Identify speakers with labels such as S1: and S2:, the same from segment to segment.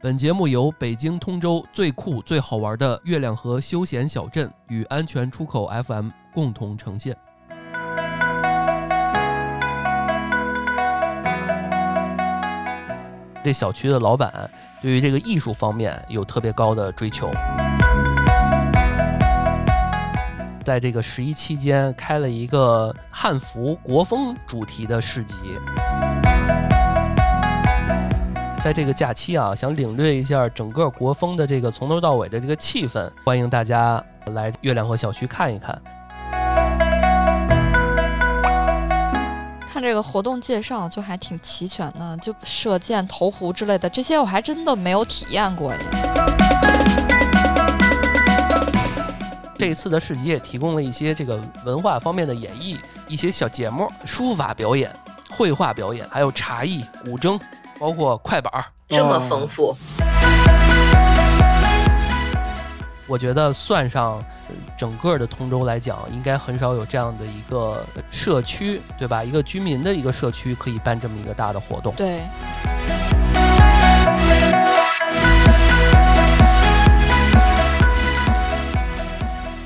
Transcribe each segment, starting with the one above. S1: 本节目由北京通州最酷最好玩的月亮河休闲小镇与安全出口 FM 共同呈现。这小区的老板对于这个艺术方面有特别高的追求，在这个十一期间开了一个汉服国风主题的市集。在这个假期啊，想领略一下整个国风的这个从头到尾的这个气氛，欢迎大家来月亮河小区看一看。
S2: 看这个活动介绍就还挺齐全的，就射箭、投壶之类的，这些我还真的没有体验过耶。
S1: 这一次的市集也提供了一些这个文化方面的演绎，一些小节目、书法表演、绘画表演，还有茶艺、古筝，包括快板儿。
S3: 这么丰富，
S1: 哦我觉得算上呃整个的通州来讲，应该很少有这样的一个社区，对吧？一个居民的一个社区可以办这么一个大的活动。
S2: 对，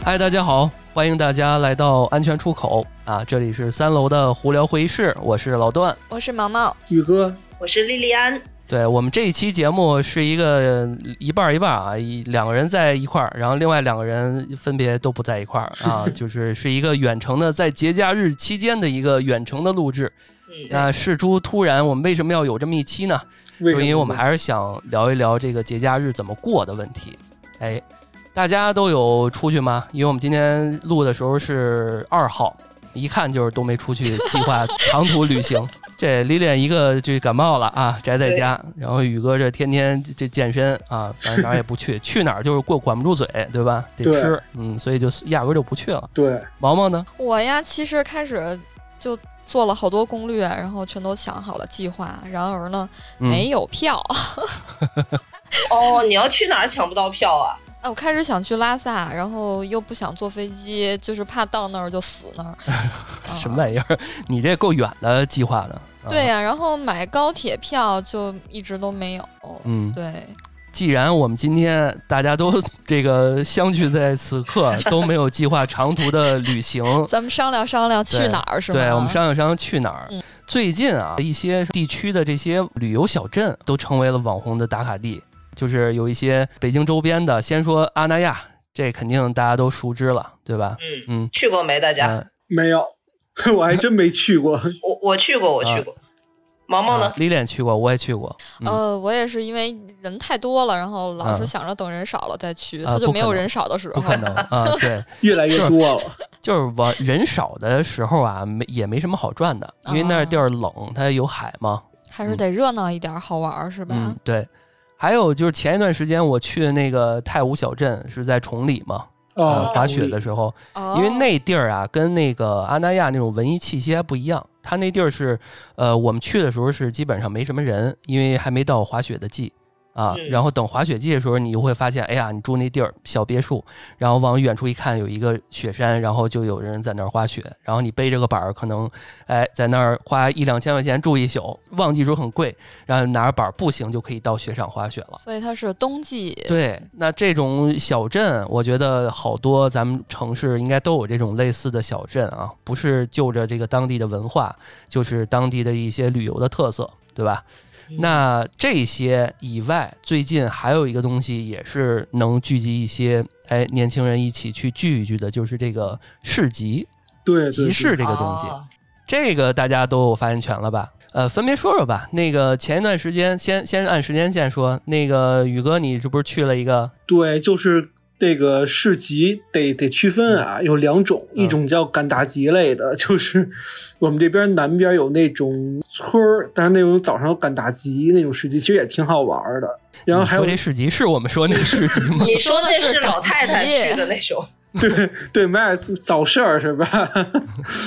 S1: 嗨，大家好，欢迎大家来到安全出口啊！这里是三楼的胡聊会议室，我是老段。
S2: 我是毛毛，
S4: 宇哥，
S3: 我是莉莉安，
S1: 对我们这一期节目是一个呃一半儿一半儿啊，一两个人在一块儿，然后另外两个人分别都不在一块儿啊，就是是一个远程的，在节假日期间的一个远程的录制。
S3: 嗯，
S1: 那事出突然，我们为什么要有这么一期呢？
S4: 为
S1: 就是
S4: 什么
S1: 因为我们还是想聊一聊这个节假日怎么过的问题。哎，大家都有出去吗？因为我们今天录的时候是二号，一看就是都没出去计 划长途旅行。这李脸一个就感冒了啊，宅在家，然后宇哥这天天这健身啊，反正哪儿也不去，去哪儿就是过管不住嘴，对吧？得
S4: 对
S1: 吃，嗯，所以就压根儿就不去了。
S4: 对
S1: 毛毛呢？
S2: 我呀，其实开始就做了好多攻略，然后全都想好了计划，然而呢，
S1: 嗯
S2: 没有票。
S3: 哦，你要去哪儿抢不到票啊？
S2: 哎，我开始想去拉萨，然后又不想坐飞机，就是怕到那儿就死 那儿。啊
S1: 什么玩意儿？ 你这够远的计划呢？啊
S2: 对，呀、然后买高铁票就一直都没有。
S1: 嗯，
S2: 对，
S1: 既然我们今天大家都这个相聚在此 刻，都没有计划长途的旅行，
S2: 咱们商量商量
S1: 对
S2: 去哪儿 是吗？
S1: 对我们商量商量去哪儿。
S2: 嗯
S1: 最近啊，一些地区的这些旅游小镇都成为了网红的打卡地，就是有一些北京周边的，先说阿那亚，这肯定大家都熟知了，对吧？
S3: 嗯，
S1: 嗯，
S3: 去过没？大家，
S1: 呃
S4: 没有， 我还真没去过。
S3: 我我去过，我去过。毛毛
S1: 嗯啊
S3: 呢？
S1: 李脸去过，我也去过，嗯
S2: 呃，我也是因为人太多了，然后老
S1: 嗯
S2: 是想着等人少了再去，
S1: 啊
S2: 他
S1: 不
S2: 就
S1: 可
S2: 没有
S1: 能
S2: 人少的时
S1: 不
S2: 候。
S1: 可能 啊，对。
S4: 越来越
S1: 是
S4: 多了，
S1: 就是往人少的时候啊，没也没什么好转的，因为那儿地儿冷，它有海嘛。
S2: 还是得热闹一点儿，好玩儿是吧？
S1: 嗯，对。还有就是前一段时间我去那个太武小镇，是在崇礼嘛，
S4: 哦
S1: 啊，滑
S4: 同
S1: 雪
S4: 意
S1: 的时候，
S2: 哦，
S1: 因为那地儿啊跟那个阿那亚那种文艺气息还不一样。它那地儿是，呃，我们去的时候是基本上没什么人，因为还没到滑雪的季啊。
S3: 嗯
S1: 然后等滑雪季的时候，你就会发现，哎呀，你住那地儿小别墅，然后往远处一看有一个雪山，然后就有人在那儿滑雪，然后你背着个板儿，可能哎在那儿花一两千块钱住一宿，旺季时候很贵，然后拿着板儿步行就可以到雪场滑雪了。
S2: 所以它是冬季。
S1: 对，
S4: 嗯
S1: 那这种小镇，我觉得好多咱们城市应该都有这种类似的小镇啊，不是就着这个当地的文化，就是当地的一些旅游的特色，对吧？
S4: 嗯
S1: 那这些以外，最近还有一个东西也是能聚集一些哎年轻人一起去聚一聚的，就是这个市集、
S4: 对对
S1: 集市
S4: 对，啊
S1: 这个东西。
S3: 哦
S1: 这个大家都有发言权了吧？呃，分别说说吧。那个前一段时间，先先按时间线说，那个宇哥，你这不是去了一个
S4: 对，就是这个市集得得区分啊，有两种，
S1: 嗯
S4: 一种叫赶达集类的， 就是我们这边南边有那种村儿，但是那种早上有赶达集那种市集，其实也挺好玩儿的。然后
S1: 你
S4: 还有
S1: 说这市集是我们说那个市集 吗？
S3: 你说哦那
S2: 说的是
S3: 是老太太
S2: 赶集
S3: 去的那种，
S4: 对买点早市儿是吧？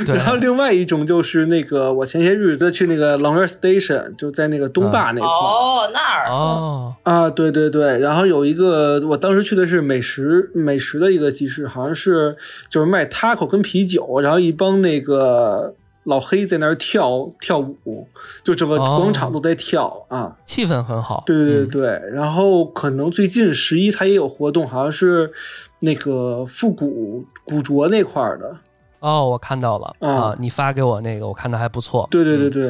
S1: 对
S4: 然后另外一种就是那个我前些日子去那个 Longer Station，就在那个东坝那块儿。
S3: 哦，那儿
S1: 哦，
S4: 啊，对对对，然后有一个，我当时去的是美食美食的一个集市，好像是就是卖 taco 跟啤酒，然后一帮那个老黑在那儿跳跳舞，就整个
S1: 哦
S4: 广场都在跳、啊。
S1: 气氛很好。
S4: 对对
S1: 嗯
S4: 对，然后可能最近十一它也有活动，好像是那个复古古着那块儿的。
S1: 哦，我看到了
S4: 嗯
S1: 啊，你发给我那个，我看的还不错。
S4: 对对对
S1: 嗯
S4: 对，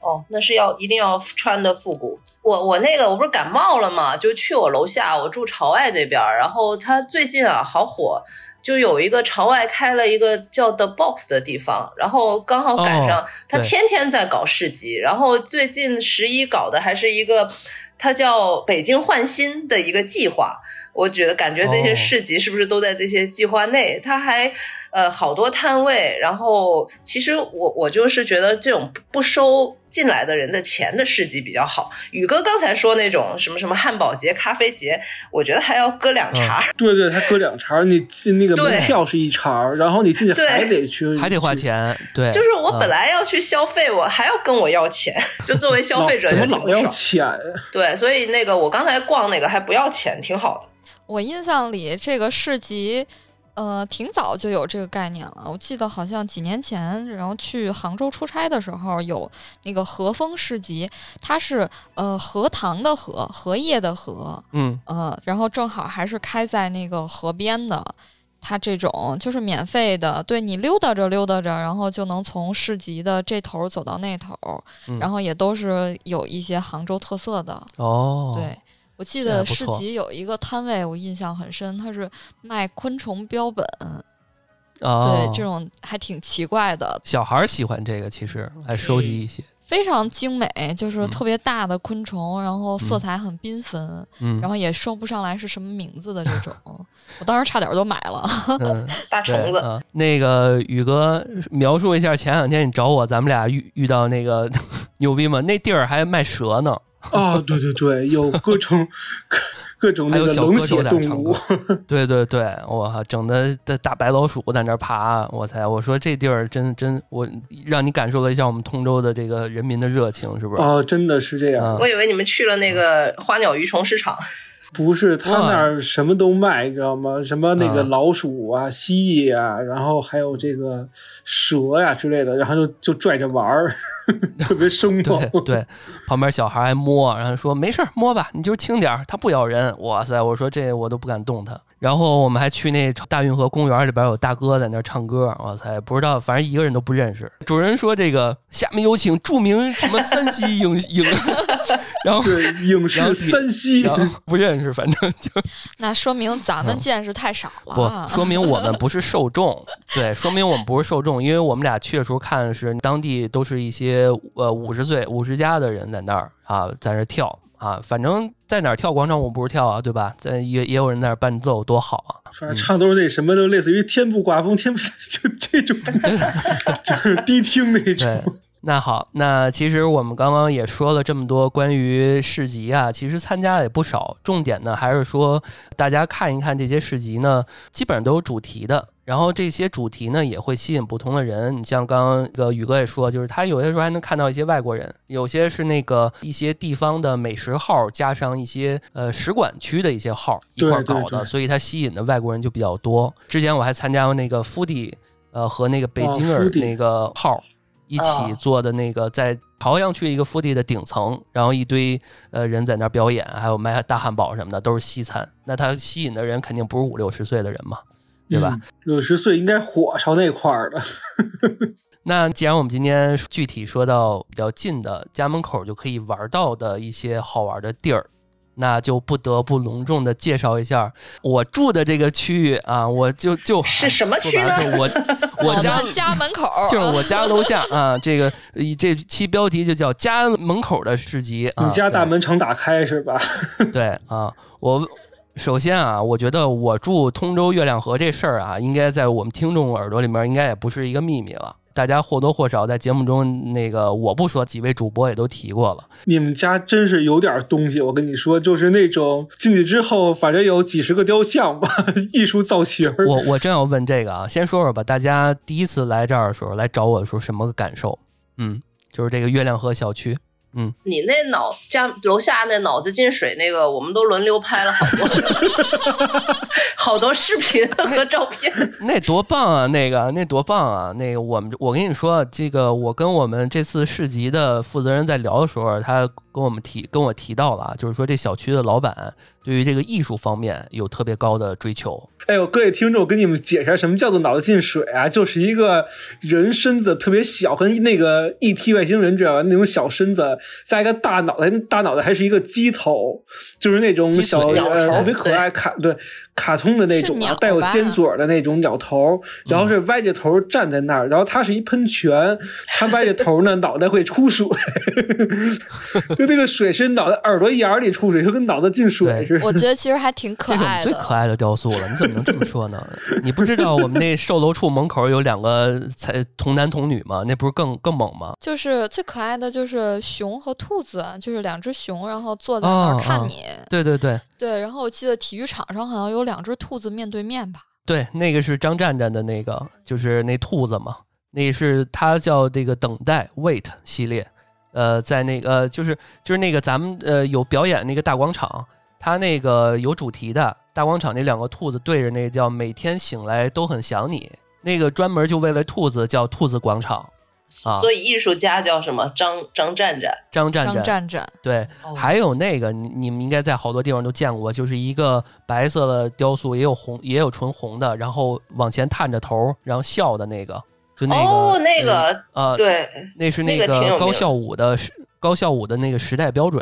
S3: 哦，那是要一定要穿的复古。我我那个我不是感冒了嘛，就去我楼下，我住朝外那边儿，然后他最近啊好火，就有一个朝外开了一个叫 The Box 的地方，然后刚好赶上、
S1: 哦
S3: 他
S1: 对
S3: 天天在搞市集，然后最近十一搞的还是一个，他叫北京换新的一个计划。我觉得感觉这些
S1: 哦
S3: 市集是不是都在这些计划内？他还呃好多摊位，然后其实我我就是觉得这种不不收进来的人的钱的市集比较好。宇哥刚才说那种什么什么汉堡节、咖啡节，我觉得还要搁两
S4: 嗯
S3: 茬 儿，
S4: 对对，它搁两茬儿，你进那个门
S3: 对
S4: 票是一茬儿，然后你进去还得去，
S1: 还得花
S4: 去。
S1: 钱，对，
S3: 就是我
S4: 嗯
S3: 本
S1: 来
S3: 来要去消费，我还要跟我要钱，就作为消费者
S4: 怎么
S3: 就挺
S4: 老
S3: 不爽
S4: 要钱呀？
S3: 对，所以那个我刚才逛那个还不要钱，挺好的。
S2: 我印象里这个市集，呃，挺早就有这个概念了。我记得好像几年前，然后去杭州出差的时候，有那个和风市集，它是呃荷塘的荷，荷叶的荷，
S1: 嗯
S2: 呃，然后正好还是开在那个河边的。它这种就是免费的，对你溜达着溜达着，然后就能从市集的这头儿走到那头儿，
S1: 嗯
S2: 然后也都是有一些杭州特色的。
S1: 哦，
S2: 对，我记
S1: 这还
S2: 得
S1: 不
S2: 市
S1: 错
S2: 集有一个摊位，我印象很深，它是卖昆虫标本，
S1: 哦
S2: 对，这种还挺奇怪的，
S1: 小孩儿喜欢这个，其实还收集一些，
S2: 非常精美，就是
S1: 嗯
S2: 特别大的昆虫，然后色
S1: 嗯
S2: 彩很缤纷，
S1: 嗯
S2: 然后也说不上来是什么名字的这 种，我当时差点儿都买了。
S1: 嗯，
S3: 大
S1: 对
S3: 虫子，
S1: 啊。那个宇哥描述一下，前两天你找我，咱们俩遇遇到那个 牛逼吗？那地儿还卖蛇呢，
S4: 啊，对对对，有各种各各种
S1: 还
S4: 那
S1: 有
S4: 个
S1: 小
S4: 冷
S1: 歌手
S4: 血
S1: 在
S4: 动
S1: 唱
S4: 物
S1: 歌，对对对，我靠，整的大大白老鼠在那儿爬，我才我说这地儿真真，我让你感受了一下我们通州的这个人民的热情，是不是？
S4: 啊，真的是这样。
S1: 啊
S3: 我以为你们去了那个花鸟鱼虫市场，
S4: 不是他那儿什么都卖，你知道吗？什么那个
S1: 啊
S4: 老鼠啊、蜥蜴啊，然后还有这个蛇呀、之类的，然后就就拽着玩儿， 特别生猛。
S1: 对 对，旁边小孩还摸，然后说没事儿摸吧，你就轻点儿，它不咬人。哇塞，我说这我都不敢动它。然后我们还去那大运河公园里边有大哥在那儿唱歌，哇塞，不知道，反正一个人都不认识。主人说这个下面有请著名什么山西影影，然后
S4: 对，影
S1: 然后
S4: 视
S1: 你
S4: 三栖
S1: 然后 不认识，反正就
S2: 那 说明咱们
S1: 嗯
S2: 见识太少了
S1: 不
S2: 啊。
S1: 说明我们不是受众，对，说明我们不是受众，因为我们俩去的时候看的是当地都是一些呃五十岁五十加的人在那儿啊，在那儿跳啊，反正在哪儿跳广场舞不是跳啊，对吧？在也也有人在那儿伴奏，多好啊！
S4: 反正唱都是那什么，都类似于天不刮风，天不 就 这种，就是低听那
S1: 对
S4: 种。，
S1: 那好，那其实我们刚刚也说了这么多关于市集啊，其实参加的也不少。重点呢还是说大家看一看这些市集呢，基本上都有主题的。然后这些主题呢也会吸引不同的人。你像刚刚那个宇哥也说，就是他有些时候还能看到一些外国人，有些是那个一些地方的美食号加上一些呃使馆区的一些号一块儿
S4: 对对
S1: 搞的，
S4: 对
S1: 所以它吸引的外国人就比较多。之前我还参加过那个 foodie，呃和那个北
S4: 哦
S1: 京尔
S4: foodie
S1: 那个号。一起
S3: 哦
S1: 做的那个在朝阳区一个腹地的顶层，然后一堆呃人在那儿表演，还有卖大汉堡什么的，都是西餐。那它吸引的人肯定不是五六十岁的人嘛，对吧？
S4: 嗯？六十岁应该火烧那块儿的。
S1: 那既然我们今天具体说到比较近的家门口就可以玩到的一些好玩的地儿，那就不得不隆重的介绍一下我住的这个区域啊，我就就是
S3: 什么区呢
S1: 说白了我我
S2: 好
S1: 家
S2: 的家门口
S1: 就是
S2: 啊
S1: 我家楼下啊，这个以这期标题就叫家门口的市集啊。
S4: 你家大
S1: 对
S4: 门常打开是吧？
S1: 对啊，我首先啊，我觉得我住通州月亮河这事儿啊，应该在我们听众耳朵里面应该也不是一个秘密了。大家或多或少在节目中，那个我不说，几位主播也都提过了。
S4: 你们家真是有点东西，我跟你说，就是那种进去之后，反正有几十个雕像吧， 艺术造型儿。
S1: 我我真要问这个啊，先说说吧，大家第一次来这儿的时候，来找我的时候什么个感受？嗯，就是这个月亮河小区，
S3: 你那脑 家楼下那脑子进水那个，我们都轮流拍了好多，好多视频和照片。
S1: 那多棒啊！那个那多棒啊！那个我们我跟你说，这个我跟我们这次市集的负责人在聊的时候，他跟我们提跟我提到了啊，就是说这小区的老板对于这个艺术方面有特别高的追求。
S4: 哎呦，各位听众，我跟你们解释一下什么叫做脑子进水啊，就是一个人身子特别小，跟那个 ET 外星人主要那种小身子，加一个大脑袋，那大脑袋还是一个鸡头，就是那种
S1: 鸡
S4: 小
S1: 嘴
S3: 鸟
S4: 呃
S3: 头
S4: 特别可爱卡对卡通的那
S2: 是
S4: 种
S2: 鸟
S4: 啊，带有
S2: 吧
S4: 尖嘴儿的那种鸟头，
S1: 嗯
S4: 然后是歪着头站在那儿，然后它是一喷泉，它歪着头呢， 脑袋会 出水，就那个水是脑袋耳朵眼儿里出水，就跟脑子进水
S1: 对
S4: 似的。
S2: 我觉得其实还挺可
S1: 这是我
S2: 爱
S1: 们
S2: 的。
S1: 最可爱的雕塑了，你怎么能这么说呢？ 你不知道我们那售楼处门口有两个才童男童女吗？那不是更更猛吗？
S2: 就是最可爱的就是熊和兔子，就是两只熊，然后坐在那
S1: 哦
S2: 儿看
S1: 哦
S2: 你。
S1: 对对对
S2: 对，然后我记得体育场上好像有两只兔子面对面吧。
S1: 对，那个是张战战的那个，就是那兔子嘛，那是他叫这个等待 wait 系列，呃，在那个、呃、就是就是那个咱们呃有表演那个大广场，他那个有主题的大广场那两个兔子对着那叫每天醒来都很想你，那个专门就为了兔子叫兔子广场，啊
S3: 所以艺术家叫什么？张张战战，
S1: 张战
S2: 张
S1: 战
S2: 战战，
S1: 对，
S3: 哦
S1: 还有那个你你们应该在好多地方都见过，就是一个白色的雕塑，也有红也有纯红的，然后往前探着头，然后笑的那个，就那个
S3: 哦，那
S1: 嗯
S3: 个
S1: 呃，
S3: 对，
S1: 那是
S3: 那个挺有名
S1: 高
S3: 的
S1: 校舞的时高校舞的那个时代标准，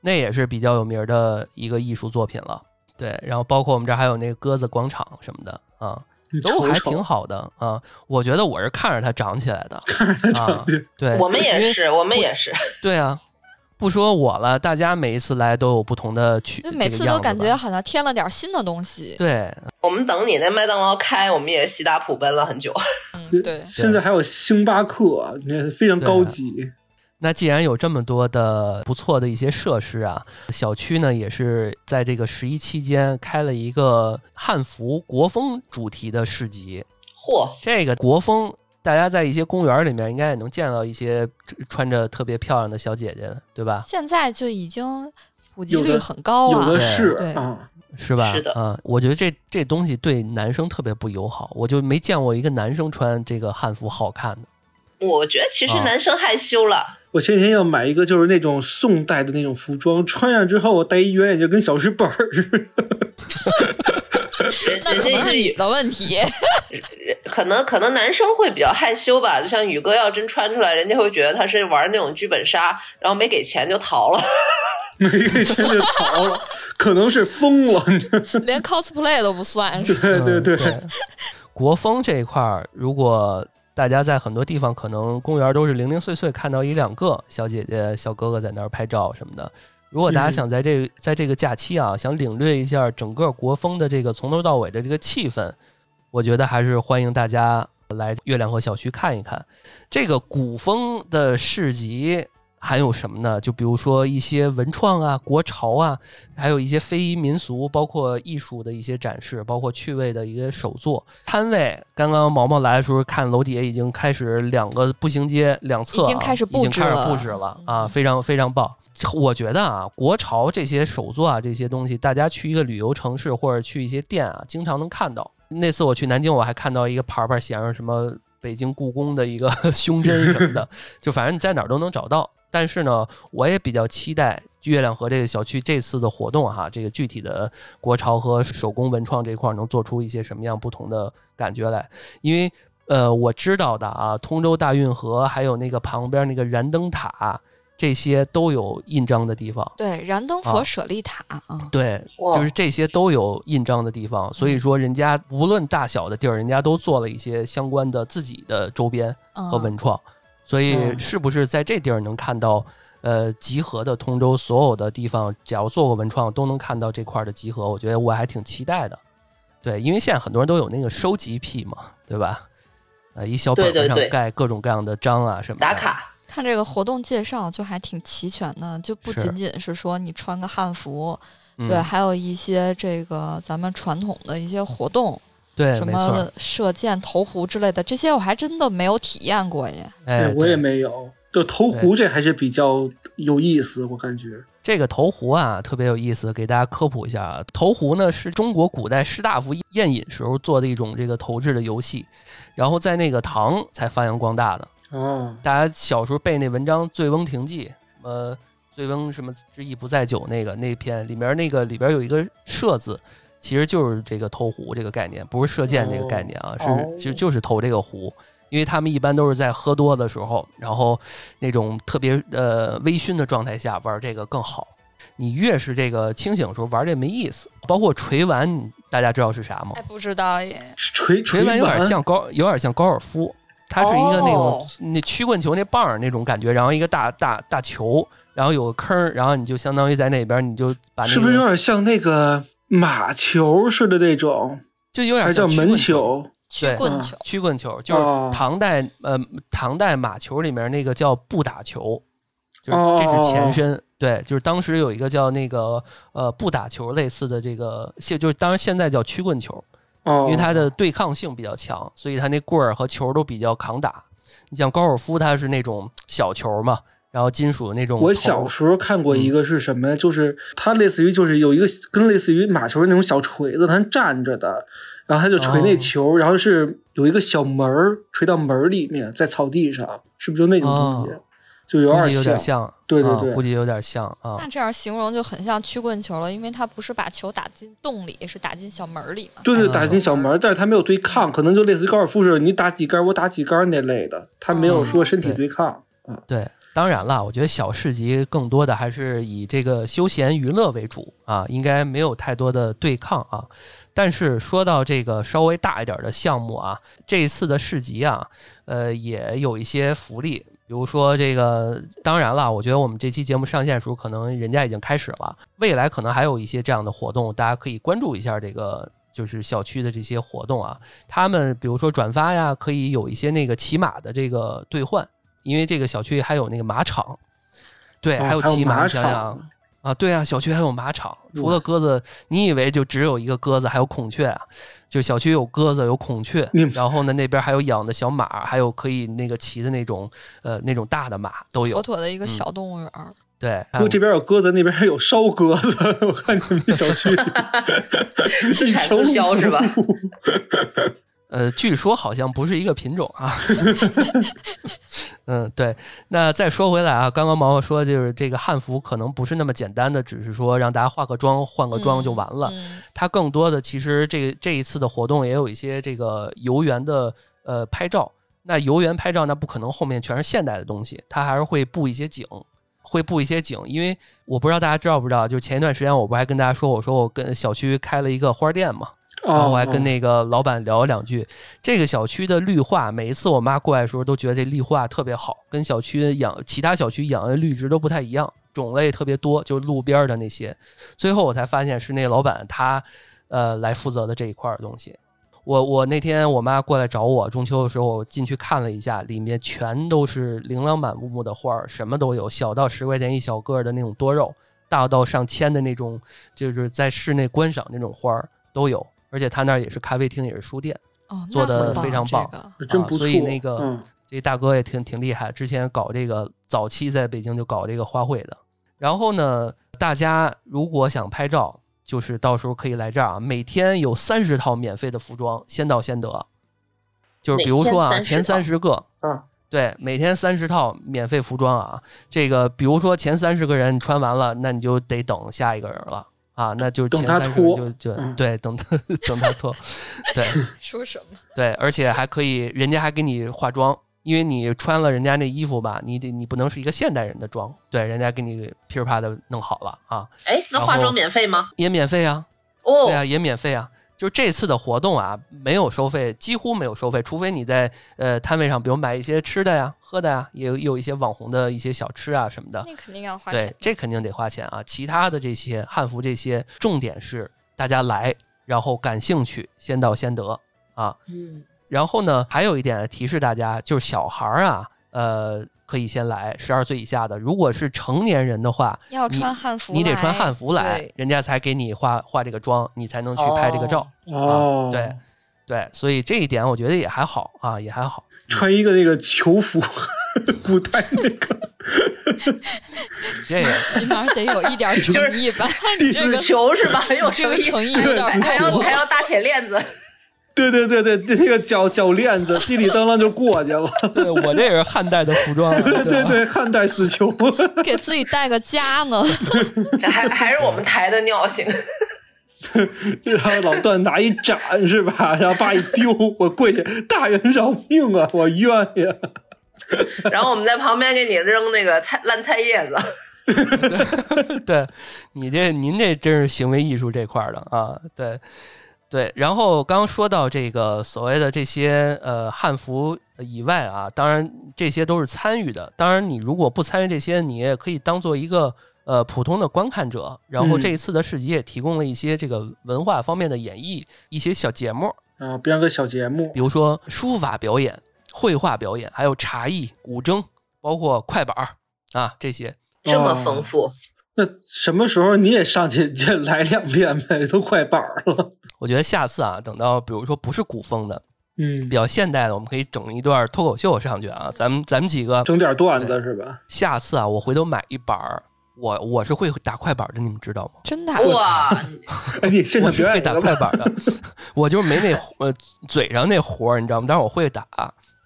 S1: 那也是比较有名儿的一个艺术作品了。对，然后包括我们这儿还有那个鸽子广场什么的啊，
S4: 你瞅
S1: 都还
S4: 瞅
S1: 挺好的啊。我觉得我是看着它长起来的，啊
S4: 长得，
S1: 对，
S3: 我们
S1: 因为
S3: 也是，我们也是。
S1: 对啊，不说我了，大家每一次来都有不同的曲，
S2: 就每
S1: 这个
S2: 次都
S1: 样子
S2: 感
S1: 吧
S2: 觉好像添了点新的东西。
S1: 对，
S3: 我们等你那麦当劳开，我们也喜大普奔了很久。
S2: 嗯，对，
S4: 现在还有星巴克，你看非常高级。
S1: 那既然有这么多的不错的一些设施啊，小区呢也是在这个十一期间开了一个汉服国风主题的市集。
S3: 嚯，
S1: 这个国风，大家在一些公园里面应该也能见到一些穿着特别漂亮的小姐姐，对吧？
S2: 现在就已经普及
S4: 有
S2: 率
S4: 的
S2: 很高
S4: 有
S2: 了
S4: 的。是
S2: 哦对
S4: 啊，
S1: 是吧？
S3: 是的
S1: 啊，我觉得这这东西对男生特别不友好，我就没见过一个男生穿这个汉服好看的。
S3: 我觉得其实
S1: 啊
S3: 男生害羞了，
S4: 我前几天要买一个就是那种宋代的那种服装，穿上之后我戴一圆眼镜跟小石板儿似的。
S2: 那可能是你
S3: 人人家是
S2: 的问 题，
S3: 可能可能男生会比较害羞吧，就像宇哥要真穿出来，人家会觉得他是玩那种剧本杀，然后没给钱就逃了。
S4: 没给钱就逃了，可能是疯了。你知道吗
S2: 连 cosplay 都不算是。
S4: 对 对
S1: 嗯
S4: 对，
S1: 对，国风这一块儿，如果大家在很多地方可能公园都是零零碎碎看到一两个小姐姐、小哥哥在那儿拍照什么的。如果大家
S4: 嗯
S1: 想在这在这个假期啊，想领略一下整个国风的这个从头到尾的这个气氛，我觉得还是欢迎大家来月亮河小区看一看。这个古风的市集还有什么呢？就比如说一些文创啊、国潮啊，还有一些非遗民俗，包括艺术的一些展示，包括趣味的一些手作摊位。刚刚毛毛来的时候，看楼底下已经开始两个步行街两侧、啊、
S2: 已经开始布置了嗯
S1: 已经开始布置了啊，非常非常棒。我觉得啊，国潮这些手作啊，这些东西，大家去一个旅游城市或者去一些店啊，经常能看到。那次我去南京，我还看到一个牌儿牌儿写上什么北京故宫的一个 胸针什么的，就反正你在哪儿都能找到。但是呢，我也比较期待月亮河这个小区这次的活动哈，这个具体的国潮和手工文创这一块儿能做出一些什么样不同的感觉来，因为。呃，我知道的啊，通州大运河还有那个旁边那个燃灯塔，这些都有印章的地方。
S2: 对，燃灯
S1: 啊
S2: 佛舍利塔啊，
S1: 对，
S3: 哇
S1: 就是这些都有印章的地方，所以说人家无论大小的地儿，人家都做了一些相关的自己的周边
S2: 嗯
S1: 和文创。所以
S4: 嗯
S1: 是不是在这地儿能看到，呃，集合的通州所有的地方，只要做过文创，都能看到这块儿的集合。我觉得我还挺期待的。对，因为现在很多人都有那个收集癖嘛，对吧？呃，一小本
S3: 对
S1: 本
S3: 对
S1: 上
S3: 对
S1: 盖各种各样的章啊什么的
S3: 打。卡，
S2: 看这个活动介绍就还挺齐全的，就不
S1: 是
S2: 仅仅是说你穿个汉服，
S1: 嗯、
S2: 对，还有一些这个咱们传统的一些活动，
S1: 对，
S2: 什
S1: 没错儿
S2: 么。射箭、投壶之类的，这些我还真的没有体验过耶。
S1: 哎，
S4: 我
S1: 对
S4: 也没有。就投壶这还是比较有意思，我感觉。
S1: 这个投壶啊，特别有意思，给大家科普一下啊。投壶呢是中国古代士大夫宴饮时候做的一种这个投掷的游戏，然后在那个唐才发扬光大的。
S4: 哦，
S1: 大家小时候背那文章《醉翁亭记》，呃，醉翁什么之意不在酒那个那篇里面那个里边有一个射字，其实就是这个投壶这个概念，不是射箭这个概念啊，
S4: 哦
S1: 是就就是投这个壶。因为他们一般都是在喝多的时候，然后那种特别呃微醺的状态下玩这个更好。你越是这个清醒的时候玩这没意思。包括锤丸，大家知道是啥吗
S2: 哎，？不知道也
S4: 锤
S1: 锤
S4: 丸
S1: 丸有点像高，有点像高尔夫，它是一个那种、
S3: 哦
S1: 那曲棍球那棒儿那种感觉，然后一个大大大球，然后有个坑儿，然后你就相当于在那边，你就把那个
S4: 是不是有点像那个马球似的那种，
S1: 就有
S4: 还
S1: 点
S4: 是叫
S1: 像曲
S4: 门
S1: 棍球？
S4: 球？
S2: 曲棍球，
S1: 曲棍球就是
S4: 哦
S1: 唐代、呃唐代马球里面那个叫步打球，就
S4: 哦
S1: 是这
S4: 哦
S1: 是
S4: 哦
S1: 前身。对，就是当时有一个叫那个呃步打球类似的这个，现就是当然现在叫曲棍球，
S4: 哦，
S1: 因为它的对抗性比较强，所以它那棍儿和球都比较抗打。你像高尔夫，它是那种小球嘛，然后金属那种头。
S4: 我小时候看过一个是什么呀？就是它类似于就是有一个跟类似于马球那种小锤子，它站着的，然后它就锤那球，然后是有一个小门儿锤到门儿里面，在草地上，是不是就那种东西？
S1: 哦
S4: 就有
S1: 估
S4: 点
S1: 计有点
S4: 像。
S1: 像，
S4: 对对
S1: 啊
S4: 对
S1: 估计有点像啊
S2: 那。这样形容就很像曲棍球了，因为它不是把球打进洞里，是打进小门儿里嘛。
S4: 对对，
S1: 嗯
S4: 打进小门儿，但是它没有对抗，可能就类似于高尔夫似的，你打几杆儿，我打几杆儿那类的，它没有说身体
S1: 嗯
S4: 对抗。嗯，
S1: 对，当然了，我觉得小市集更多的还是以这个休闲娱乐为主啊，应该没有太多的对抗啊。但是说到这个稍微大一点的项目啊，这一次的市集啊，呃，也有一些福利。比如说这个，当然了，我觉得我们这期节目上线的时候，可能人家已经开始了，未来可能还有一些这样的活动，大家可以关注一下这个就是小区的这些活动啊。他们比如说转发呀，可以有一些那个骑马的这个兑换，因为这个小区还有那个马场，对，
S4: 哦
S1: 还有骑马，
S4: 马
S1: 你想想
S4: 场，
S1: 啊，对啊，小区还有马场，除
S4: 哇
S1: 了鸽子，你以为就只有一个鸽子，还有孔雀啊？就小区有鸽子，有孔雀
S4: 你们，
S1: 然后呢，那边还有养的小马，还有可以那个骑的那种呃那种大的马都
S2: 妥
S1: 有。
S2: 妥的一个
S1: 嗯
S2: 小动物园儿，
S1: 对，
S4: 不过这边有鸽子，那边还有烧鸽子， 我看你们那小区
S3: 自产自销 是吧？
S1: 呃，据说好像不是一个品种啊。嗯，对。那再说回来啊，刚刚毛毛说就是这个汉服可能不是那么简单的，只是说让大家化个妆、换个妆就完了。
S2: 嗯
S1: 它更多的其实这个这一次的活动也有一些这个游园的呃拍照。那游园拍照，那不可能后面全是现代的东西，它还是会布一些景，会布一些景。因为我不知道大家知道不知道，就前一段时间我不还跟大家说，我说我跟小区开了一个花店嘛，然后
S4: 哦，
S1: 我还跟那个老板聊了两句。这个小区的绿化，每一次我妈过来的时候都觉得这绿化特别好，跟小区养其他小区养的绿植都不太一样，种类特别多，就路边儿的那些。最后我才发现是那老板他呃来负责的这一块儿东西。我我那天我妈过来找我，中秋的时候我进去看了一下，里面全都是琳琅满目的花儿，什么都有，小到十块钱一小个儿的那种多肉，大到上千的那种，就是在室内观赏那种花儿都有。而且他那儿也是咖啡厅，也是书店，
S2: 哦，
S1: 做
S2: 那很
S1: 得非常棒
S2: 这个
S4: 真
S1: 啊
S4: 不错。
S1: 所以那个
S4: 嗯
S1: 这大哥也挺挺厉害，之前搞这个早期在北京就搞这个花卉的。然后呢，大家如果想拍照，就是到时候可以来这儿啊，每天有三十套免费的服装，先到先得。就是比如说啊，
S3: 每天
S1: 前
S3: 30套
S1: 三十个，
S3: 嗯，
S1: 对，每天三十套免费服装啊。这个比如说前三十个人你穿完了，那你就得等下一个人了啊，那就
S4: 等
S1: 前
S4: 他
S1: 三十个
S4: 脱
S1: 就就
S4: 嗯
S1: 对等他 等他脱，对。
S2: 说什么？
S1: 对，而且还可以，人家还给你化妆，因为你穿了人家那衣服吧，你得你不能是一个现代人的妆，对，人家给你噼里啪的弄好了啊，
S3: 哎，那
S1: 然后
S3: 化妆免费吗？
S1: 也免费啊，
S3: 哦
S1: 对，啊，也免费啊。就是这次的活动啊，没有收费，几乎没有收费，除非你在呃摊位上，比如买一些吃的呀、喝的呀，也有也有一些网红的一些小吃啊什么的。
S2: 那肯定要花
S1: 对
S2: 钱，。
S1: 这肯定得花钱啊。其他的这些汉服这些，重点是大家来，然后感兴趣，先到先得啊。
S3: 嗯，
S1: 然后呢，还有一点提示大家，就是小孩儿啊，呃，可以先来，十二岁以下的。如果是成年人的话，
S2: 要
S1: 你
S2: 穿汉服来，
S1: 你得穿汉服来
S2: 对，
S1: 人家才给你化化这个妆，你才能去拍这个照。啊
S4: 哦，
S1: 对，对，所以这一点我觉得也还好啊，也还好。
S4: 穿一个那个球服， 古代那 个
S1: 这个
S2: 起码得有一点诚意吧？你这
S3: 死
S2: 个
S3: 囚是吧？有
S2: 这
S3: 诚
S2: 个
S3: 意，
S2: 诚意有点
S3: 还
S2: 过
S3: 要
S2: 火
S3: 还。要搭铁链子，
S4: 对对对对，那个脚脚链子叮里当啷就过 去了。
S1: 对我这也是汉代的服装啊，
S4: 对对
S1: 吧
S4: 对，汉代死囚。
S2: 给自己带个家呢，
S3: 这还还是我们台的尿性。
S4: 然后老段拿一斩是吧？然后把一丢，我跪下，大人饶命啊，我冤呀！
S3: 然后我们在旁边给你扔那个菜烂菜叶子，
S1: 对你这您这真是行为艺术这块儿的啊，对对。然后刚刚说到这个所谓的这些呃汉服以外啊，当然这些都是参与的。当然你如果不参与这些，你也可以当做一个呃普通的观看者。然后
S4: 嗯
S1: 这一次的市集也提供了一些这个文化方面的演绎，一些小节目，
S4: 啊，编个小节目
S1: 比，如说书法表演、绘画表演，还有茶艺、古筝，包括快板儿啊这些。
S3: 这么丰富，
S4: 那什么时候你也上去再来两遍呗？都快板儿了。
S1: 我觉得下次啊，等到比如说不是古风的，
S4: 嗯
S1: 比，较现代的，我们可以整一段脱口秀上去啊。咱们咱们几个
S4: 整点段子是吧？
S1: 下次啊，我回头买一板儿，我我是会打快板的，你们知道吗？
S2: 真的啊。
S3: 哇，
S4: 哎，你现
S1: 我
S4: 场
S1: 是
S4: 表
S1: 会
S4: 演
S1: 打
S4: 一个
S1: 快
S4: 吧。
S1: 板的， 我就是没那呃嘴上那活儿，你知道吗？但是我会打，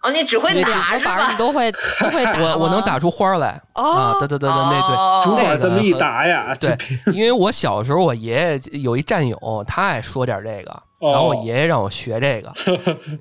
S3: 哦，你只会
S2: 你
S3: 拿
S2: 两
S3: 是
S2: 个板儿
S3: 吧
S2: 你？都会都会打
S1: 我我能
S2: 了
S1: 打出花儿来啊！
S2: 哦
S1: 对对对对，那对。
S4: 主
S3: 哦
S4: 管这么一打 呀，
S1: 对，因为我小时候我爷爷有一战友，他爱说点这个，
S4: 哦
S1: 然后我爷爷让我学这个，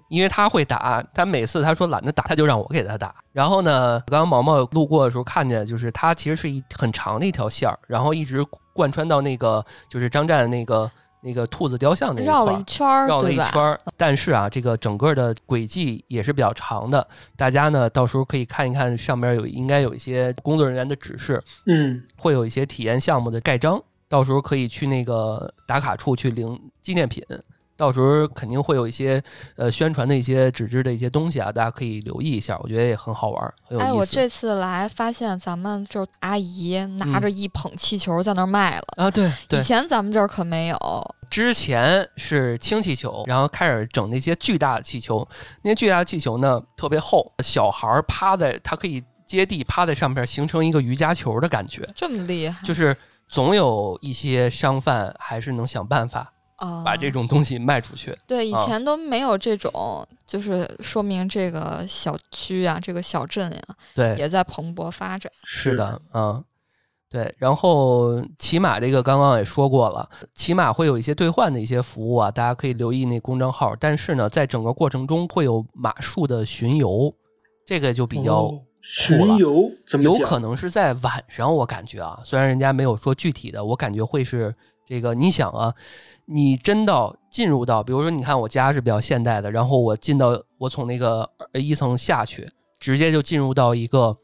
S1: 因为他会打，他每次他说懒得打，他就让我给他打。然后呢，刚刚毛毛路过的时候看见，就是它其实是一很长的一条线儿，然后一直贯穿到那个就是张湛那个那个兔子雕像那一块儿。
S2: 绕了一圈儿，
S1: 绕了
S2: 对
S1: 一
S2: 吧？
S1: 圈儿，但是啊，这个整个的轨迹也是比较长的，大家呢到时候可以看一看上面有应该有一些工作人员的指示，
S4: 嗯，
S1: 会有一些体验项目的盖章，到时候可以去那个打卡处去领纪念品。到时候肯定会有一些呃宣传的一些纸质的一些东西啊，大家可以留意一下，我觉得也很好玩，很有意思。
S2: 哎，我这次来发现咱们就是阿姨拿着一捧气球在那儿卖了，
S1: 啊，对嗯对
S2: 以，前咱们这儿可没有。
S1: 之前是氢气球，然后开始整那些巨大的气球，那些巨大的气球呢特别厚，小孩儿趴在它可以接地趴在上面，形成一个瑜伽球的感觉，
S2: 这么厉害
S1: 就是总有一些商贩还是能想办法
S2: 啊！
S1: 把这种东西卖出去。
S2: 对以
S1: 啊
S2: 前都没有这种，就是说明这个小区啊，这个小镇呀、
S1: 对，
S2: 也在蓬勃发展。
S1: 是的，嗯，对。然后骑马这个刚刚也说过了，骑马会有一些兑换的一些服务啊，大家可以留意那公众号。但是呢，在整个过程中会有马术的巡游，这个就比较、
S4: 哦巡游怎么
S1: 有
S4: 讲
S1: 可能是在晚上，我感觉啊，虽然人家没有说具体的，我感觉会是这个。你想啊，你真到进入到，比如说，你看我家是比较现代的，然后我进到我从那个呃一层下去，直接就进入到一个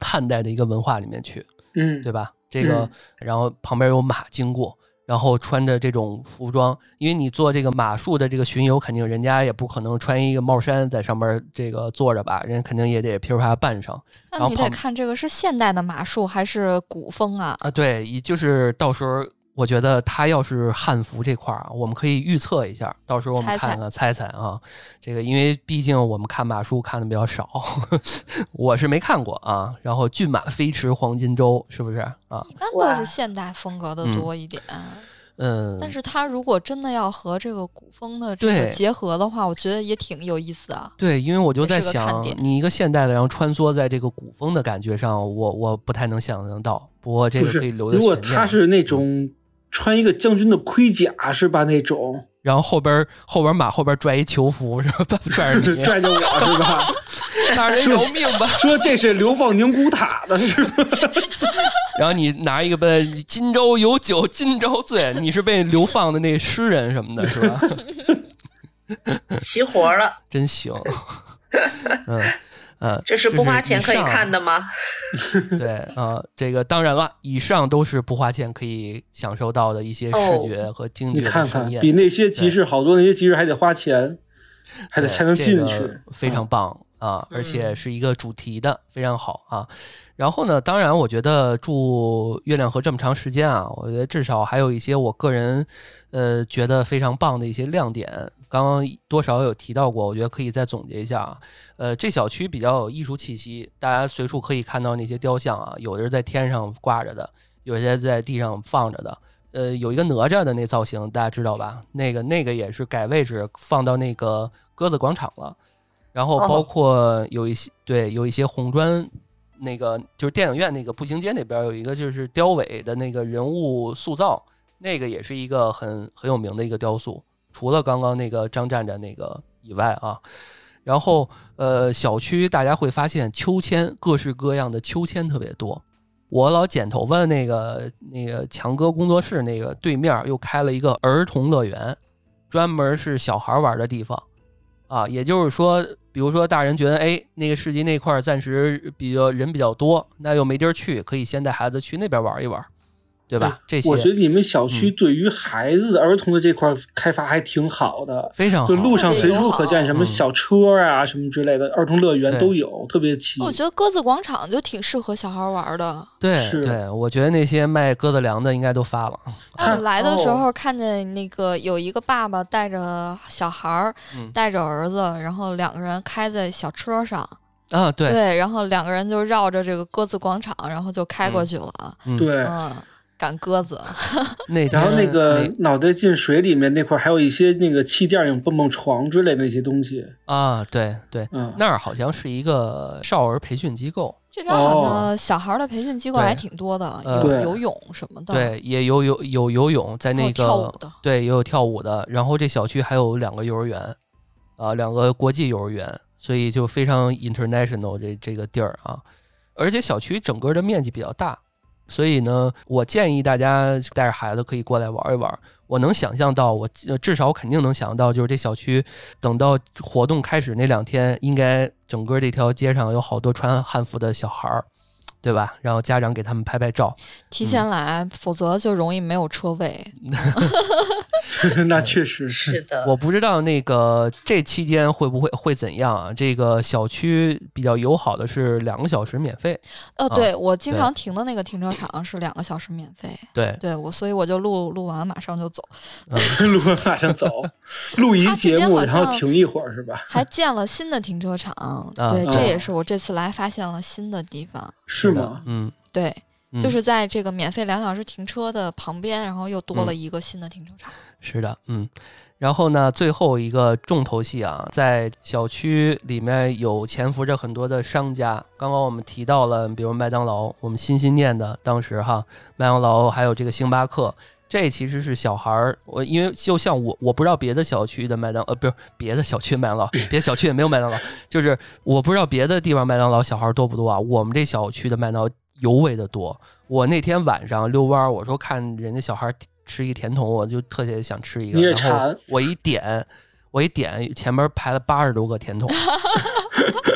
S1: 汉代的一个文化里面去，
S4: 嗯
S1: 对吧？这个
S4: 嗯，
S1: 然后旁边有马经过。然后穿着这种服装，因为你做这个马术的这个巡游，肯定人家也不可能穿一个帽衫在上面这个坐着吧，人家肯定也得噼里啪啦扮上。然
S2: 那
S1: 后
S2: 你得
S1: 旁
S2: 看这个是现代的马术还是古风啊？
S1: 啊，对，也就是到时候我觉得他要是汉服这块儿啊，我们可以预测一下，到时候我们
S2: 猜猜
S1: 看看猜猜啊，这个因为毕竟我们看马术看的比较少， 我是没看过啊。然后骏马飞驰黄金周是不是啊？
S2: 一般都
S3: 哇
S2: 是现代风格的
S1: 嗯
S2: 多一点。
S1: 嗯，
S2: 但是它如果真的要和这个古风的这个
S1: 对
S2: 结合的话，我觉得也挺有意思啊。
S1: 对，因为我就
S2: 也
S1: 在
S2: 是个看
S1: 想，
S2: 点
S1: 你一个现代的，然后穿梭在这个古风的感觉上，我我不太能想象到。不过这
S4: 不
S1: 个
S4: 是
S1: 可以留着
S4: 如果
S1: 悬念
S4: 他是那种穿一个将军的盔甲是吧？那种
S1: 然后后边儿后边儿马后边儿拽一囚服，然后拽着你，
S4: 拽着我是吧？
S1: 大人饶命吧！
S4: 说这是流放宁古塔的是吧？
S1: 然后你拿一个杯，今朝有酒今朝醉，你是被流放的那诗人什么的，是吧？
S3: 齐活了，
S1: 真 行，嗯嗯，
S3: 这是不花钱可以看
S1: 的。
S3: 的吗？
S1: 对啊、呃这个当然了，以上都是不花钱可以享受到的一些视觉和听
S4: 哦你
S1: 觉的
S4: 看
S1: 盛
S4: 看，
S1: 宴，
S4: 比那些集市好多，那些集市还得花钱，还得
S1: 对
S4: 才能进
S1: 这
S4: 去嗯
S1: 个。非常棒啊！而且是一个主题的，非常好啊。然后呢，当然我觉得住月亮河这么长时间啊，我觉得至少还有一些我个人呃觉得非常棒的一些亮点。刚刚多少有提到过，我觉得可以再总结一下啊。呃，这小区比较有艺术气息，大家随处可以看到那些雕像啊，有的是在天上挂着的，有些在地上放着的。呃，有一个哪吒的那造型，大家知道吧？那个那个也是改位置放到那个鸽子广场了。然后包括有一些、对有一些红砖，那个就是电影院那个步行街那边有一个就是雕伟的那个人物塑造，那个也是一个很很有名的一个雕塑。除了刚刚那个张站站那个以外啊，然后呃小区大家会发现秋千各式各样的秋千特别多。我老剪头发那个那个强哥工作室那个对面又开了一个儿童乐园，专门是小孩玩的地方啊。也就是说，比如说大人觉得哎那个市集那块儿暂时比较人比较多，那又没地儿去，可以先带孩子去那边玩一玩，对吧？这些
S4: 我觉得你们小
S1: 嗯
S4: 区对于孩子、儿童的这块开发还挺好的，
S1: 非常好
S4: 就。路上随处可见什
S1: 嗯
S4: 么小车啊、什么之类的，儿童乐园
S1: 对
S4: 都有，特别齐。
S2: 我觉得鸽子广场就挺适合小孩玩儿的。
S1: 对
S4: 是
S1: 对，我觉得那些卖鸽子粮的应该都发了。
S2: 那我来的时
S4: 哦
S2: 候看见那个有一个爸爸带着小孩儿
S1: 嗯，
S2: 带着儿子，然后两个人开在小车上，
S1: 啊，对，
S2: 对，然后两个人就绕着这个鸽子广场，然后就开过
S1: 嗯
S2: 去了，
S1: 嗯，
S4: 对，
S2: 嗯，赶鸽子，
S1: 那天
S4: 然后那
S1: 嗯
S4: 个脑袋进水里面那块儿还有一些那个气垫儿、那种蹦蹦床之类的那些东西，
S1: 那啊，对对，
S4: 嗯，
S1: 那儿好像是一个少儿培训机构，
S2: 这边好
S4: 哦
S2: 像小孩儿的培训机构
S1: 对
S2: 还挺多的，
S1: 呃
S2: 有
S4: 对
S2: 游泳什么的，
S1: 对，也有有有游泳，在
S2: 还有
S1: 那
S2: 跳舞
S1: 个
S2: 的
S1: 对也有跳舞的，然后这小区还有两个幼儿园，啊、两个国际幼儿园，所以就非常 international 这这个地儿啊，而且小区整个的面积比较大，所以呢，我建议大家带着孩子可以过来玩一玩。我能想象到，我呃至少肯定能想到，就是这小区等到活动开始那两天，应该整个这条街上有好多穿汉服的小孩儿，对吧？然后家长给他们拍拍照。
S2: 提前来，否则就容易没有车位。
S1: 嗯
S4: 那确实是。
S3: 是的，
S1: 我不知道那个这期间会不会会怎样啊？这个小区比较友好的是两个小时免费，
S2: 呃，
S1: 啊
S2: 对我经
S1: 对嗯
S2: 常停的那个停车场是两个小时免费，
S1: 对，
S2: 对我，所以我就录录完马上就走，
S1: 嗯
S4: 录完马上 走，录一节目，然后停一会儿是吧？
S2: 还建了新的停车场，
S1: 啊
S2: 对，这
S4: 啊
S2: 也是我这次来发现了新的地方，
S4: 是
S1: 的
S4: 吗？
S1: 嗯，
S2: 对。
S1: 嗯
S2: 就是在这个免费两小时停车的旁边，然后又多了
S1: 嗯
S2: 一个新的停车场。
S1: 是的，嗯。然后呢，最后一个重头戏啊，在小区里面有潜伏着很多的商家。刚刚我们提到了，比如麦当劳，我们心心念的当时哈，麦当劳还有这个星巴克，这其实是小孩儿。我因为就像我，我不知道别的小区的麦当呃，不是别的小区麦当劳，别的小区也没有麦当劳，就是我不知道别的地方麦当劳小孩儿多不多啊。我们这小区的麦当劳尤为的多。我那天晚上遛弯儿，我说看人家小孩儿吃一甜筒，我就特别想吃一个。
S4: 你也
S1: 然后
S4: 馋
S1: 我一点，我一点，前面排了八十多个甜筒，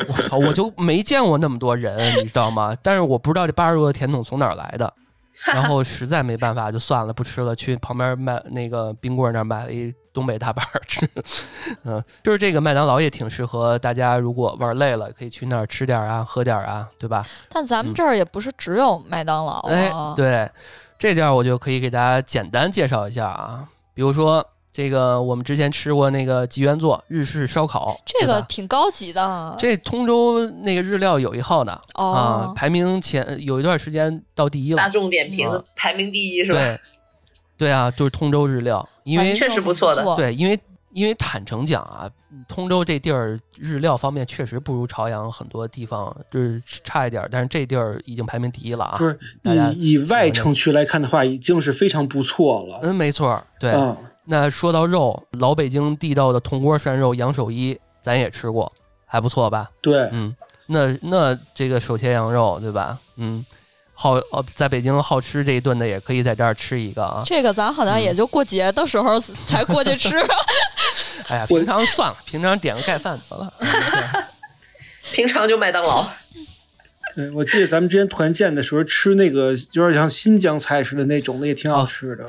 S1: 我操，我就没见过那么多人，你知道吗？但是我不知道这八十多个甜筒从哪儿来的， 然后实在没办法，就算了，不吃了，去旁边卖那个冰棍儿那儿买了一东北大板儿吃。嗯，就是这个麦当劳也挺适合大家，如果玩累了可以去那儿吃点儿啊，喝点儿啊，对吧？
S2: 但咱们
S1: 嗯
S2: 这儿也不是只有麦当劳
S1: 哎
S2: 啊，，
S1: 对，这家我就可以给大家简单介绍一下啊，比如说这个我们之前吃过那个吉原座日式烧烤，
S2: 这
S1: 对吧
S2: 个挺高级的。
S1: 这通州那个日料有一号的、啊
S2: 哦，，
S1: 排名前有一段时间到第一了
S3: 大，众点评
S1: 嗯
S3: 排名第一是吧？
S1: 对，对啊，就是通州日料，因为
S2: 反正
S3: 确实不错的
S2: 很不错
S1: 对，因为因为坦诚讲啊，嗯通州这地儿日料方面确实不如朝阳很多地方，就是差一点儿，但是这地儿已经排名第一了啊
S4: 不。是，
S1: 大家
S4: 以以外城区来看的话，已经是非常不错了。
S1: 嗯，没错儿，对。
S4: 嗯，
S1: 那说到肉，老北京地道的铜锅涮肉羊首一，咱也吃过，还不错吧？
S4: 对，
S1: 嗯，那那这个手切羊肉，对吧？嗯，好，呃，在北京好吃这一顿的，也可以在这儿吃一个啊。
S2: 这个咱好像也就过节的时候才过去吃，
S1: 哎呀，
S4: 我
S1: 平常算了，平常点个盖饭得了。 嗯对
S3: 平常就麦当劳，
S4: 对，呃我记得咱们之前团建的时候吃那个有点像新疆菜似的那种的，也挺
S1: 哦
S4: 好吃的，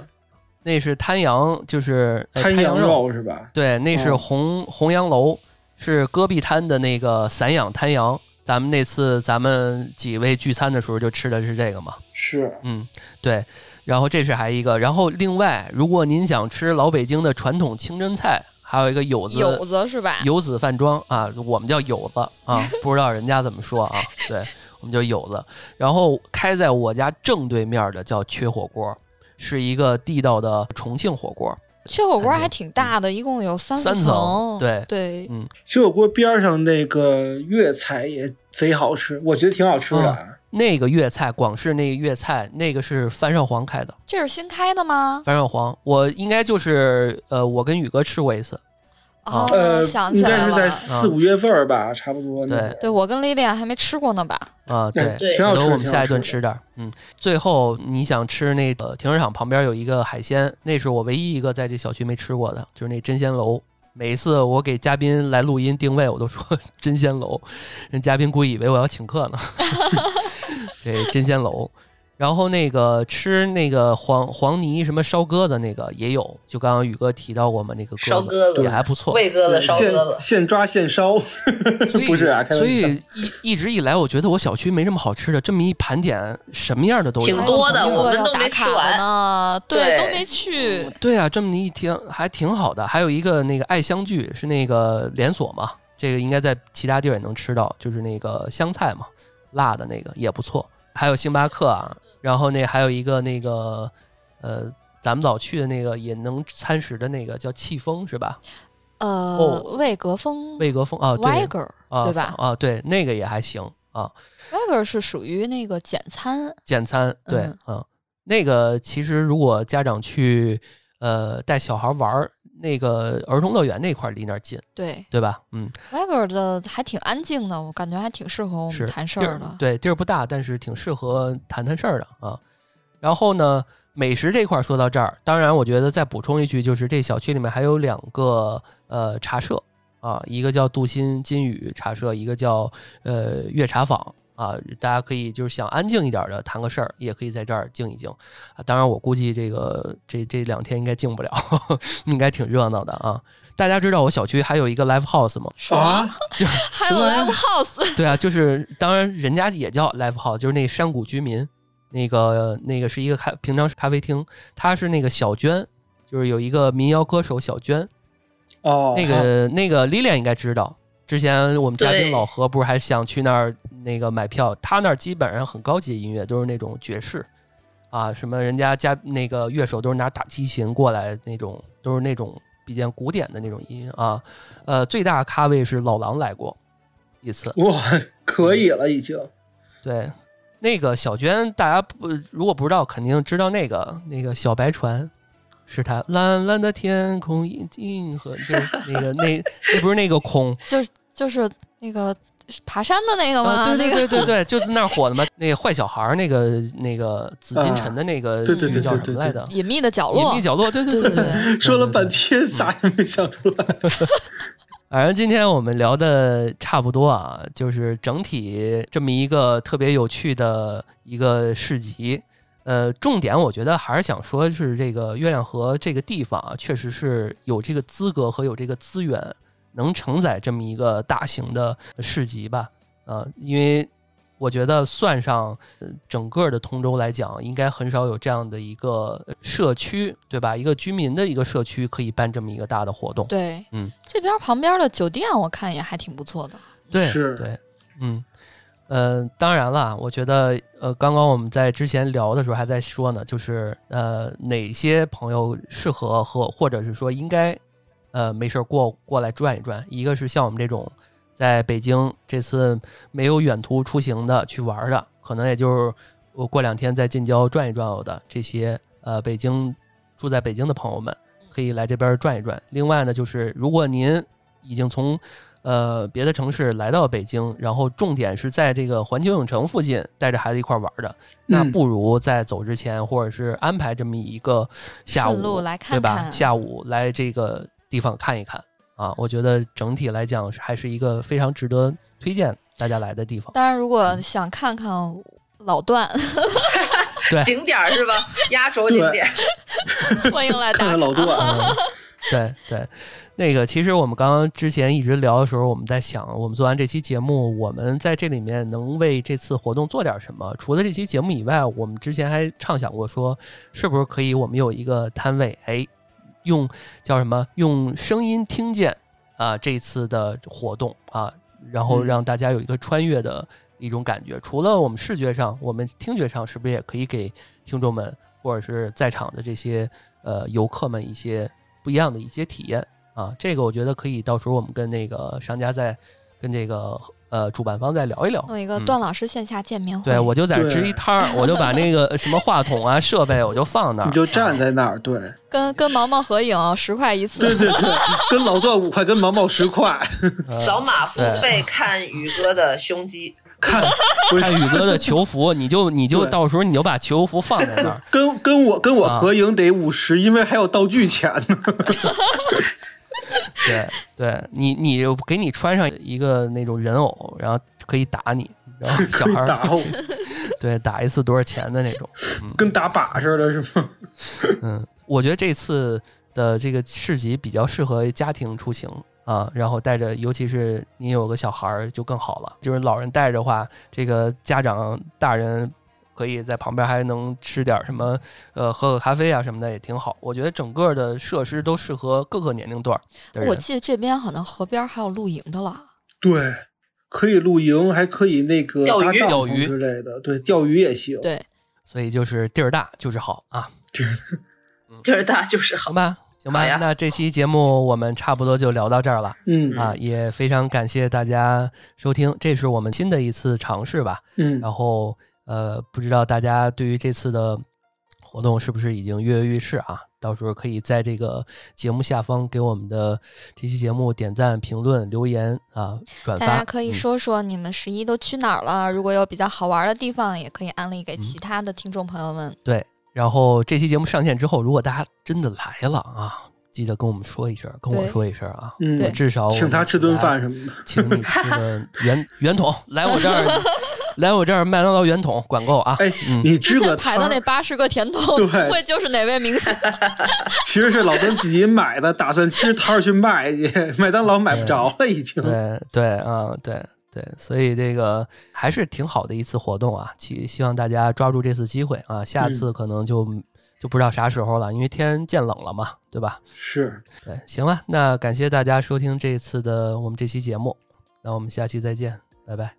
S1: 那是滩羊，就是呃
S4: 摊
S1: 羊
S4: 羊肉是吧？
S1: 对，那是
S4: 哦
S1: 红、红羊楼，是戈壁滩的那个散养滩羊。咱们那次咱们几位聚餐的时候就吃的是这个嘛。
S4: 是，
S1: 嗯，对。然后这是还一个，然后另外，如果您想吃老北京的传统清真菜，还有一个有字
S2: 有子是吧？
S1: 游子饭庄啊，我们叫友子啊，不知道人家怎么说啊，对我们叫友子。然后开在我家正对面的叫缺火锅，是一个地道的重庆火锅，
S2: 缺火锅还挺大的，一共有三
S1: 三
S2: 四
S1: 层，对，
S2: 对，
S4: 水火锅边上那个粤菜也贼好吃，我觉得挺好吃
S1: 嗯
S4: 的啊。
S1: 那个粤菜，广式那个粤菜，那个是樊少皇开的。
S2: 这是新开的吗？
S1: 樊少皇，我应该就是呃，我跟宇哥吃过一次，啊
S2: 哦，
S4: 呃，
S2: 想起
S4: 应
S2: 来
S4: 该是在
S2: 了，
S4: 四五月份儿吧，差不多。
S1: 对，
S2: 对我跟 Lilian 还没吃过呢吧？
S1: 啊、对，
S4: 对挺好
S1: 回头
S4: 吃
S1: 我们
S4: 挺
S1: 下
S4: 好
S1: 一顿
S4: 吃
S1: 吃点儿。嗯，最后你想吃那个停车场旁边有一个海鲜，那是我唯一一个在这小区没吃过的，就是那真鲜楼。每一次我给嘉宾来录音定位，我都说 真鲜楼，人嘉宾估计以为我要请客呢。 这真鲜楼，然后那个吃那个黄黄泥什么烧鸽子那个也有，就刚刚宇哥提到过嘛，那个
S3: 烧鸽子
S1: 也还不错，
S3: 喂鸽子、烧
S4: 现
S3: 鸽子，
S4: 现抓现烧，
S1: 所以
S4: 不是啊，开玩笑
S1: 所以一一直以来，我觉得我小区没什么好吃的。这么一盘点，什么样的都有。
S3: 挺多的
S2: 还有
S3: 我们都
S2: 打
S3: 没
S2: 卡
S3: 吃完
S2: 的呢，
S3: 对
S2: 都没去。
S1: 对啊，这么一听还挺好的。还有一个那个爱香聚是那个连锁嘛，这个应该在其他地儿也能吃到，就是那个香菜嘛，辣的那个也不错。还有星巴克啊，然后那还有一个那个呃，咱们老去的那个也能餐食的那个叫气风是吧？
S2: 呃，
S1: 哦
S2: 魏格峰
S1: 魏格风啊，对
S2: Weiger
S1: 啊，
S2: 对吧
S1: 啊，对，那个也还行啊。
S2: Weiger 是属于那个简餐，
S1: 简餐，对，嗯
S2: 嗯
S1: 那个其实如果家长去呃带小孩玩儿，那个儿童乐园那块儿离那儿近，
S2: 对
S1: 对吧？嗯，
S2: Weiger 的还挺安静的，我感觉还挺适合我
S1: 是
S2: 们谈事
S1: 地
S2: 儿的。
S1: 对，地儿不大，但是挺适合谈谈事儿的啊。然后呢，美食这块儿说到这儿，当然我觉得再补充一句，就是这小区里面还有两个呃茶社啊，一个叫杜新金宇茶社，一个叫呃粤茶坊。啊，大家可以就是想安静一点儿的谈个事儿，也可以在这儿静一静。啊，当然我估计这个这这两天应该静不了， 应该挺热闹的啊。大家知道我小区还有一个 live house 吗？
S4: 啊，
S2: 还有 Live House，
S1: 对啊，就是当然人家也叫 live house，就是那山谷居民，那个那个是一个咖，平常是咖啡厅，他是那个小娟，就是有一个民谣歌手小娟，
S4: 哦，
S1: 那个那个 Lilian 应该知道。之前我们嘉宾
S3: 对
S1: 老何不是还想去那儿那个买票，他那儿基本上很高级的音乐都是那种爵士，啊，什么人家家那个乐手都是拿打击琴过来那种，都是那种比较古典的那种音啊。呃，最大咖位是老狼来过一次，
S4: 哇，可以了已经。
S1: 对，那个小娟，大家不如果不知道，肯定知道那个那个小白船，是她蓝蓝的天空已经和就是 那个那那不是那个空
S2: 就是就是那个爬山的那个
S1: 啊，
S2: 吗？
S1: 对
S2: 那
S1: 对
S2: 个
S1: 对对对， 就在那儿火的嘛。那个坏小孩儿，那个那个紫金陈的那个
S4: 啊对对
S1: 剧
S4: 对
S1: 叫
S4: 对
S1: 什
S4: 对
S1: 么来着？
S2: 隐秘的角
S1: 隐
S2: 落
S1: 秘。角落，对对
S2: 对对
S1: 对。
S4: 说了
S1: 嗯
S4: 半天，啥也没想出来。
S1: 反正今天我们聊的差不多啊，就是整体这么一个特别有趣的一个市集。呃，重点我觉得还是想说是这个月亮河这个地方啊，确实是有这个资格和有这个资源，能承载这么一个大型的市集吧。呃，因为我觉得算上呃整个的通州来讲，应该很少有这样的一个呃社区，对吧？一个居民的一个社区可以办这么一个大的活动。
S2: 对，
S1: 嗯，
S2: 这边旁边的酒店我看也还挺不错的。
S1: 对，
S4: 是
S1: 对，嗯，呃，当然了，我觉得，呃，刚刚我们在之前聊的时候还在说呢，就是呃，哪些朋友适合和或者是说应该，呃，没事儿过过来转一转。一个是像我们这种在北京这次没有远途出行的去玩儿的，可能也就是我过两天在近郊转一转我的这些呃北京住在北京的朋友们。可以来这边转一转。另外呢，就是如果您已经从呃别的城市来到北京，然后重点是在这个环球影城附近带着孩子一块玩的，那
S4: 嗯
S1: 不如在走之前或者是安排这么一个下
S2: 顺
S1: 午
S2: 路来看
S1: 对吧？
S2: 看啊
S1: 下午来这个地方看一看啊，我觉得整体来讲是还是一个非常值得推荐大家来的 地方。
S2: 当然，
S1: 嗯
S2: 如果想看看 老段，
S1: 对
S3: 景点儿是吧？压轴景点，
S2: 欢迎来打
S4: 看看老
S2: 卡。
S4: 段，啊
S1: 嗯，对对，那个其实我们刚刚之前一直聊的时候，我们在想，我们做完这期节目，我们在这里面能为这次活动做点什么？除了这期节目以外，我们之前还畅想过说，是不是可以我们有一个摊位，哎，用叫什么？用声音听见啊这次的活动啊，然后
S4: 嗯
S1: 让大家有一个穿越的一种感觉。除了我们视觉上，我们听觉上是不是也可以给听众们或者是在场的这些呃游客们一些不一样的一些体验啊？这个我觉得可以，到时候我们跟那个商家再跟这个呃主办方再聊一聊，
S2: 弄一个
S1: 嗯
S2: 段老师线下见哦面会。
S1: 对，我就在这
S4: 对
S1: 支一摊儿，我就把那个什么话筒啊、设备，我就放那儿。
S4: 你就站在那儿，对
S2: 跟跟毛毛合影，十块一
S4: 对
S2: 次。
S4: 对对，跟老段五块，跟毛毛十块，
S3: 扫码付费看宇哥的胸肌，
S4: 看不
S1: 看
S4: 是
S1: 宇哥的球服，你就你就
S4: 对
S1: 到时候你就把球服放在那儿。
S4: 跟跟我跟
S1: 啊
S4: 我合影得五十，因为还有道具钱呢。
S1: 对，对你你就给你穿上一个那种人偶，然后可以打你，然 后小孩儿
S4: 打我
S1: 对打一次多少钱的那种。
S4: 跟打靶似的，是吗？
S1: 嗯，我觉得这次的这个市集比较适合家庭出行啊，然后带着，尤其是你有个小孩儿就更好了。就是老人带着话，这个家长大人可以在旁边还能吃点儿什么，呃，喝个咖啡啊什么的也挺好。我觉得整个的设施都适合各个年龄段儿的
S2: 我
S1: 人。
S2: 记得这边好像河边还有露营的了。
S1: 呃
S4: 对，可以露营，还可以那个
S3: 钓鱼
S4: 搭帐
S1: 钓鱼
S4: 篷之类的，对，钓鱼也行。
S2: 对，
S1: 所以就是地儿大就是好啊，
S3: 劲儿大就是好
S1: 行。吧。行吧
S3: 好呀，
S1: 那这期节目我们差不多就聊到这儿了。
S4: 嗯
S1: 啊，也非常感谢大家收听，这是我们新的一次尝试吧。
S4: 嗯，
S1: 然后呃，不知道大家对于这次的活动是不是已经跃跃欲试啊？到时候可以在这个节目下方给我们的这期节目点赞、评论、留言啊，转
S2: 大
S1: 发。
S2: 家可以
S1: 嗯
S2: 说说你们十一都去哪儿了？如果有比较好玩的地方，也可以安利
S1: 嗯
S2: 给其他的听众朋友们。
S1: 对。然后这期节目上线之后，如果大家真的来了啊，记得跟我们说一声，跟我
S2: 对
S1: 说一声啊。
S4: 嗯
S1: 我至少
S4: 请
S1: 我
S4: 他
S1: 们
S4: 吃顿
S1: 来
S4: 饭什么的。
S1: 请你吃个圆圆筒，来我这儿，来我这儿麦当劳圆筒管够啊！
S4: 哎
S1: 嗯，
S4: 你
S2: 之
S4: 支
S2: 前
S4: 个
S2: 排
S4: 摊
S2: 的那
S4: 儿，
S2: 八十个甜筒，不
S4: 对
S2: 会就是哪位明星？
S4: 其实是老跟自己买的，打算支摊儿去卖去， 麦当劳买不着了已经。
S1: 对对啊、对对，所以这个还是挺好的一次活动啊，希希望大家抓住这次机会啊，下次可能就、就不知道啥时候了，因为天渐冷了嘛，对吧？
S4: 是，
S1: 对，行吧，那感谢大家收听这次的我们这期节目，那我们下期再见，拜拜。